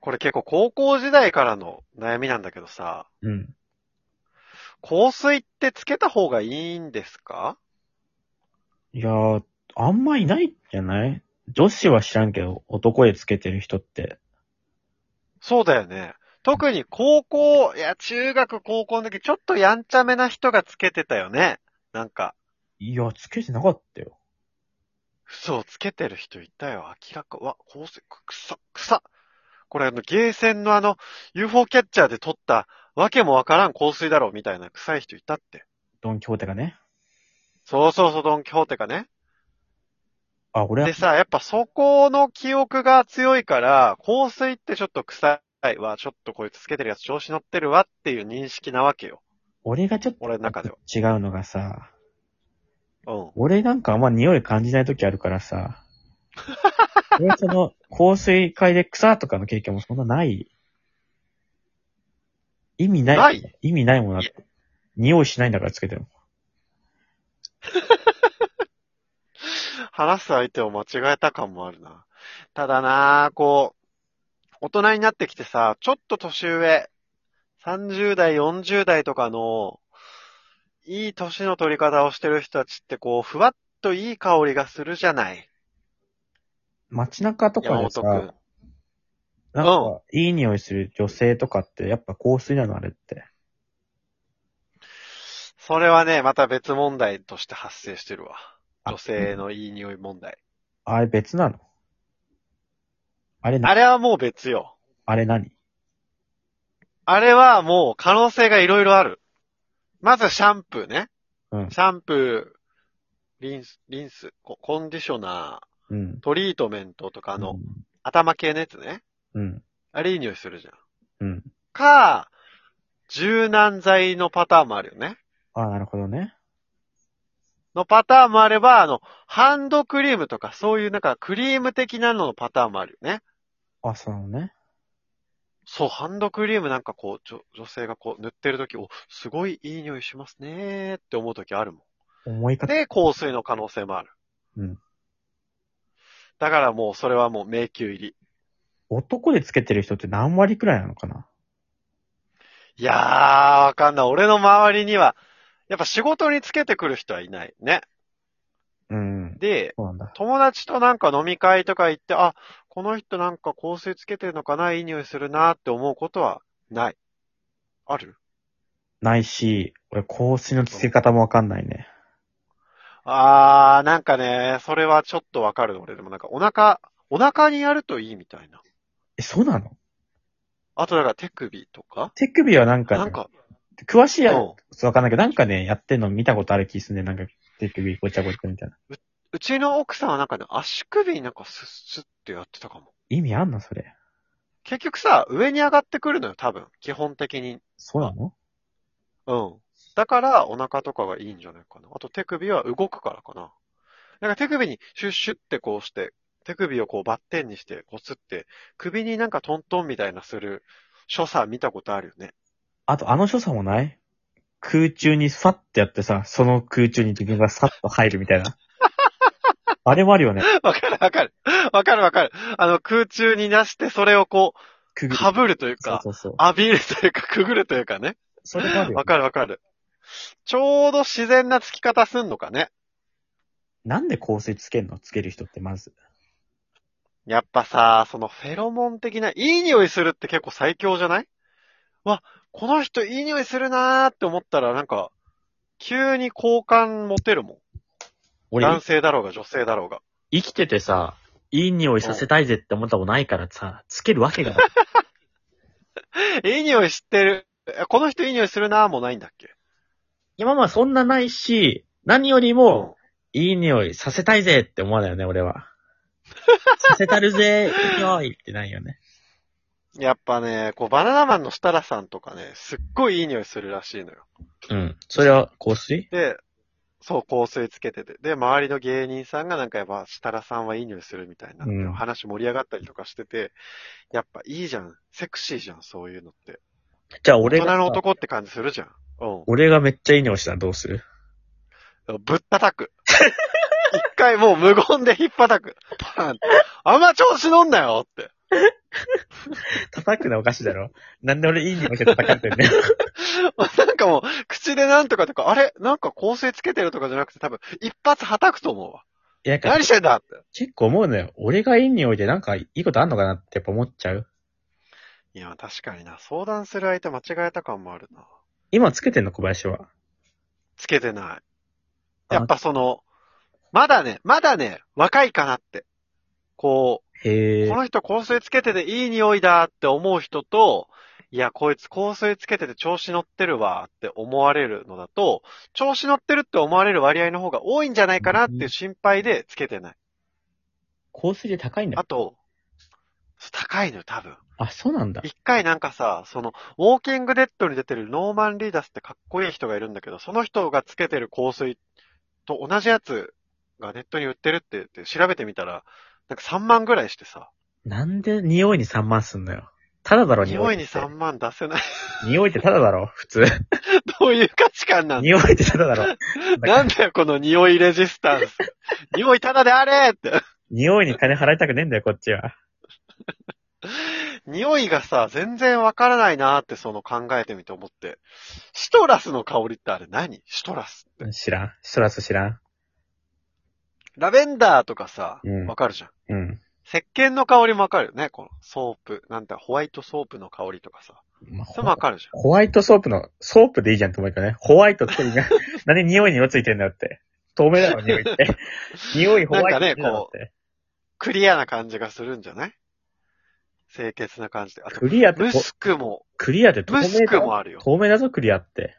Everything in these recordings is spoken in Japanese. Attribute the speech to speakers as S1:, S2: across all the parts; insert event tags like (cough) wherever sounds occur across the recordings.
S1: これ結構高校時代からの悩みなんだけどさ、
S2: うん。
S1: 香水ってつけた方がいいんですか
S2: いやー、あんまいないんじゃない女子は知らんけど、男へつけてる人って。
S1: そうだよね。特に高校、いや、中学、高校の時、ちょっとやんちゃめな人がつけてたよね。なんか、
S2: いや、つけてなかったよ。
S1: 嘘をつけてる人いたよ。明らか、うわ、香水、くくさ、くさ。これあの、ゲーセンのあの、UFO キャッチャーで撮った、わけもわからん香水だろ、みたいな臭い人いたって。
S2: ドンキホーテがね。
S1: そうそうそう、ドンキホーテかね。
S2: あ、俺は
S1: で、さ、やっぱそこの記憶が強いから、香水ってちょっと臭いわ、ちょっとこいつつけてるやつ調子乗ってるわっていう認識なわけよ。
S2: 俺がちょっと
S1: 俺の中では。
S2: 違うのがさ、
S1: うん。
S2: 俺なんかあんま匂い感じない時あるか
S1: (laughs)
S2: らさ。俺その、香水会で草とかの経験もそんなない。意味ない。
S1: ない
S2: 意味ないもんだって。匂いしないんだからつけても。
S1: 話す相手を間違えた感もあるな。ただなあこう、大人になってきてさ、ちょっと年上、30代、40代とかの、いい年の取り方をしてる人たちってこう、ふわっといい香りがするじゃない。
S2: 街中とか
S1: 山
S2: で
S1: 本
S2: さ、
S1: くん。
S2: なんか、いい匂いする女性とかって、やっぱ香水なのあれって。
S1: それはね、また別問題として発生してるわ。
S2: あ
S1: 女性のいい匂い問題。
S2: あれ別なのあれな、
S1: あ
S2: あれ
S1: れはもう別よ。
S2: 何
S1: あれはもう可能性がいろいろある。まずシャンプーね。
S2: うん
S1: シャンプー、リンス、リンス、ココンディショナ
S2: うん
S1: ー、。トリートメントとかの、
S2: うん
S1: 頭系のやつね。
S2: うん。
S1: あれいい匂いするじゃん。
S2: うん。
S1: か、柔軟剤のパターンもあるよね。
S2: ああ、なるほどね。
S1: のパターンもあれば、あの、ハンドクリームとかそういうなんかクリーム的なののパターンもあるよね。
S2: あ、そうなのね。
S1: そう、ハンドクリームなんかこう、女女性がこう塗ってるとき、お、すごいいい匂いしますねーって思うときあるも
S2: 思い
S1: ん。
S2: 方。
S1: で、香水の可能性もある。
S2: うん。
S1: だからもう、それはもう迷宮入り。
S2: 男でつけてる人って何割くらいなのかない
S1: やー、わかんない。俺の周りには、やっぱ仕事につけてくる人はいないね。
S2: うん。
S1: で、
S2: そうなんだ。
S1: 友達となんか飲み会とか行って、あ、この人なんか香水つけてるのかないい匂いするなーって思うことはない。ある
S2: ないし、俺香水のつけ方もわかんないね。
S1: あー、なんかね、それはちょっとわかる。俺でもなんかお腹、お腹にやるといいみたいな。
S2: え、そうなの
S1: あとだから手首とか
S2: 手首はなんかね、
S1: なんか、
S2: 詳しいや
S1: う
S2: つ
S1: ん
S2: わかんないけど、なんかね、やってんの見たことある気すんね。なんか手首ごちゃごちゃみたいな。
S1: うちの奥さんはなんかね、足首になんかスッスッってやってたかも。
S2: 意味あんのそれ。
S1: 結局さ、上に上がってくるのよ、多分。基本的に。
S2: そうなの
S1: うん。だから、お腹とかがいいんじゃないかな。あと手首は動くからかな。なんか手首にシュッシュッってこうして、手首をこうバッテンにして、こすって、首になんかトントンみたいなする所作見たことあるよね。
S2: あと、あの所作もない空中にファッてやってさ、その空中に自分がサッと入るみたい
S1: (laughs)
S2: な。あれもあるよね。
S1: わかるわかる。わかるわかる。あの、空中に出して、それをこ
S2: く
S1: う、
S2: ぐ
S1: かぶるという
S2: そう
S1: か、
S2: そうそう。
S1: 浴びるというか、くぐるというかね。
S2: それもあるよ、
S1: わかるわかる。ちょうど自然なつき方すんのかね。
S2: なんで香水つけんのつける人ってまず。
S1: やっぱさ、そのフェロモン的な、いい匂いするって結構最強じゃないわ、この人いい匂いするなーって思ったらなんか、急に好感持てるもん。
S2: 俺、
S1: 男性だろうが女性だろうが。
S2: 生きててさ、いい匂いさせたいぜって思ったことないからさ、つけるわけ
S1: (laughs)
S2: がない。
S1: いい匂い知ってる。えこの人いい匂いするなーもないんだっけ
S2: 今まあそんなないし、何よりも、いい匂いさせたいぜって思わないよね、俺
S1: (laughs)
S2: は。させたるぜ、いい匂いってないよね。
S1: やっぱね、こう、バナナマンの設楽さんとかね、すっごいいい匂いするらしいのよ。
S2: うん。それは香水
S1: で、そう、香水つけてて。で、周りの芸人さんがなんかやっぱ、設楽さんはいい匂いするみたいな、
S2: うん
S1: 話盛り上がったりとかしてて、やっぱいいじゃん。セクシーじゃん、そういうのって。
S2: じゃあ
S1: 大
S2: 俺
S1: 人
S2: が
S1: の、男って感じするじゃん。う
S2: 俺がめっちゃいい匂いしたらどうする
S1: ん。ぶったたく。一回もう無言で引っ叩く。パーンってあんま調子乗んなよって。
S2: 叩くのおかしいだろなんで俺いい匂いして叩かれてんねん。
S1: なんかもう、口でなんとかとか、あれなんか香水つけてるとかじゃなくて多分、一発叩くと思うわ。
S2: (laughs)
S1: (laughs)
S2: いや、なんか
S1: 何してんだって。
S2: 結構思うのよ。俺がいい匂いでなんかいいことあんのかなってやっぱ思っちゃう。
S1: いや、確かにな。相談する相手間違えた感もあるな。
S2: 今つけてんの小林は。
S1: つけてない。
S2: あ
S1: やっぱその、まだね、まだね、若いかなって。こ
S2: へ
S1: う、
S2: え
S1: こ。の人香水つけてていい匂いだって思う人と、いや、こいつ香水つけてて調子乗ってるわって思われるのだと、調子乗ってるって思われる割合の方が多いんじゃないかなっていう心配でつけてない。
S2: 香水で高いんだ
S1: あ。と、高いのよ、多分。
S2: あ、そうなんだ。
S1: 一回なんかさ、その、ウォーキングデッドに出てるノーマン・リーダスってかっこいい人がいるんだけど、その人がつけてる香水と同じやつがネットに売ってるって言って調べてみたら、なんか3万ぐらいしてさ、
S2: なんで匂いに3万すんのよ。ただだろ、
S1: 匂いに
S2: って
S1: 3万出せない。 (laughs)
S2: 匂いってただだろ、普 (laughs) 通。
S1: どういう価値観なんだ
S2: 匂いってただだろ。
S1: なんだよ、この匂いレジスタンス。 (laughs) 匂いただであれって。
S2: 匂いに金払いたくねえんだよ、こっちは。
S1: 匂いがさ、全然わからないなーってその考えてみて思って。シトラスの香りってあれ何シトラス。
S2: 知らん。ストラス知らん。
S1: ラベンダーとかさ
S2: うん、
S1: わかるじゃん。
S2: うん。
S1: 石鹸の香りもわかるよね。このソープ。なんだ、ホワイトソープの香りとかさ。
S2: まあ
S1: それもわかるじ
S2: ホワイトソープの、ソープでいいじゃんって思うけどね。ホワイトって意
S1: (laughs)
S2: 味が、なんで匂いに色ついてんだよって。透明だろ、匂いって。匂いホワイトって意味だろって。
S1: ゃん。クリアな感じがするんじゃない清潔な感じで。あと、
S2: クリアって
S1: ム
S2: と、
S1: スクも、
S2: クリアって透
S1: ムス
S2: 明だ
S1: ク
S2: よ。
S1: もあるよ。
S2: 透明だぞ、クリアって。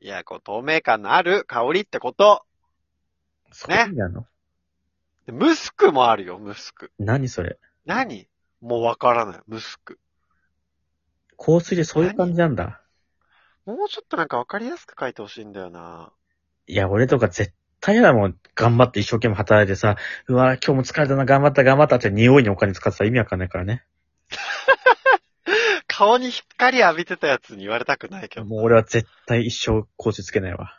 S1: いや、こう、透明感のある香りってこと。
S2: そういう意味なの、
S1: でムスクもあるよ、ムスク。
S2: 何それ。
S1: 何もうわからない、ムスク。
S2: 香水でそういう感じなんだ。
S1: もうちょっとなんかわかりやすく書いてほしいんだよな。
S2: いや、俺とか絶対やだもん。頑張って一生懸命働いてさ、うわ今日も疲れたな、頑張った、頑張ったって匂いにお金使ってたら意味わかんないからね。
S1: 顔に光浴びてたやつに言われたくないけど。
S2: もう俺は絶対一生香水つけないわ。